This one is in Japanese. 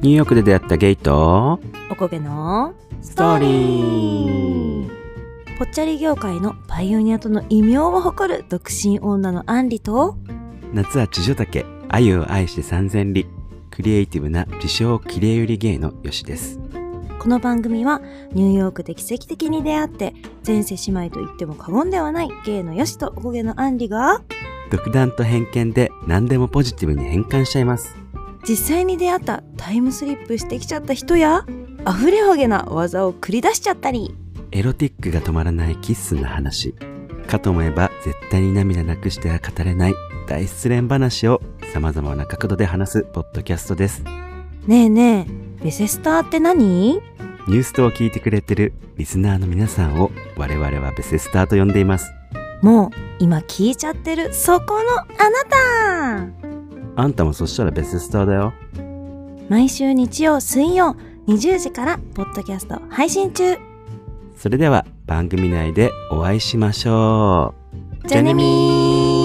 ニューヨークで出会ったゲイとおこげのストーリーぽっちゃり業界のパイオニアとの異名を誇る独身女のアンリと夏は地女竹愛を愛して三千里クリエイティブな自称切れ売りゲイのよしですこの番組はニューヨークで奇跡的に出会って前世姉妹と言っても過言ではないゲイのヨシとおこげのアンリが独断と偏見で何でもポジティブに変換しちゃいます実際に出会ったタイムスリップしてきちゃった人やあふれほげな技を繰り出しちゃったりエロティックが止まらないキッスな話かと思えば絶対に涙なくしては語れない大失恋話を様々な角度で話すポッドキャストですねえねえベセスターって何ニュースとを聞いてくれてるリスナーの皆さんを我々はベセスターと呼んでいますもう今聞いちゃってるそこのあなたあんたもそしたらベセスターだよ毎週日曜水曜20時からポッドキャスト配信中それでは番組内でお会いしましょうじゃねみー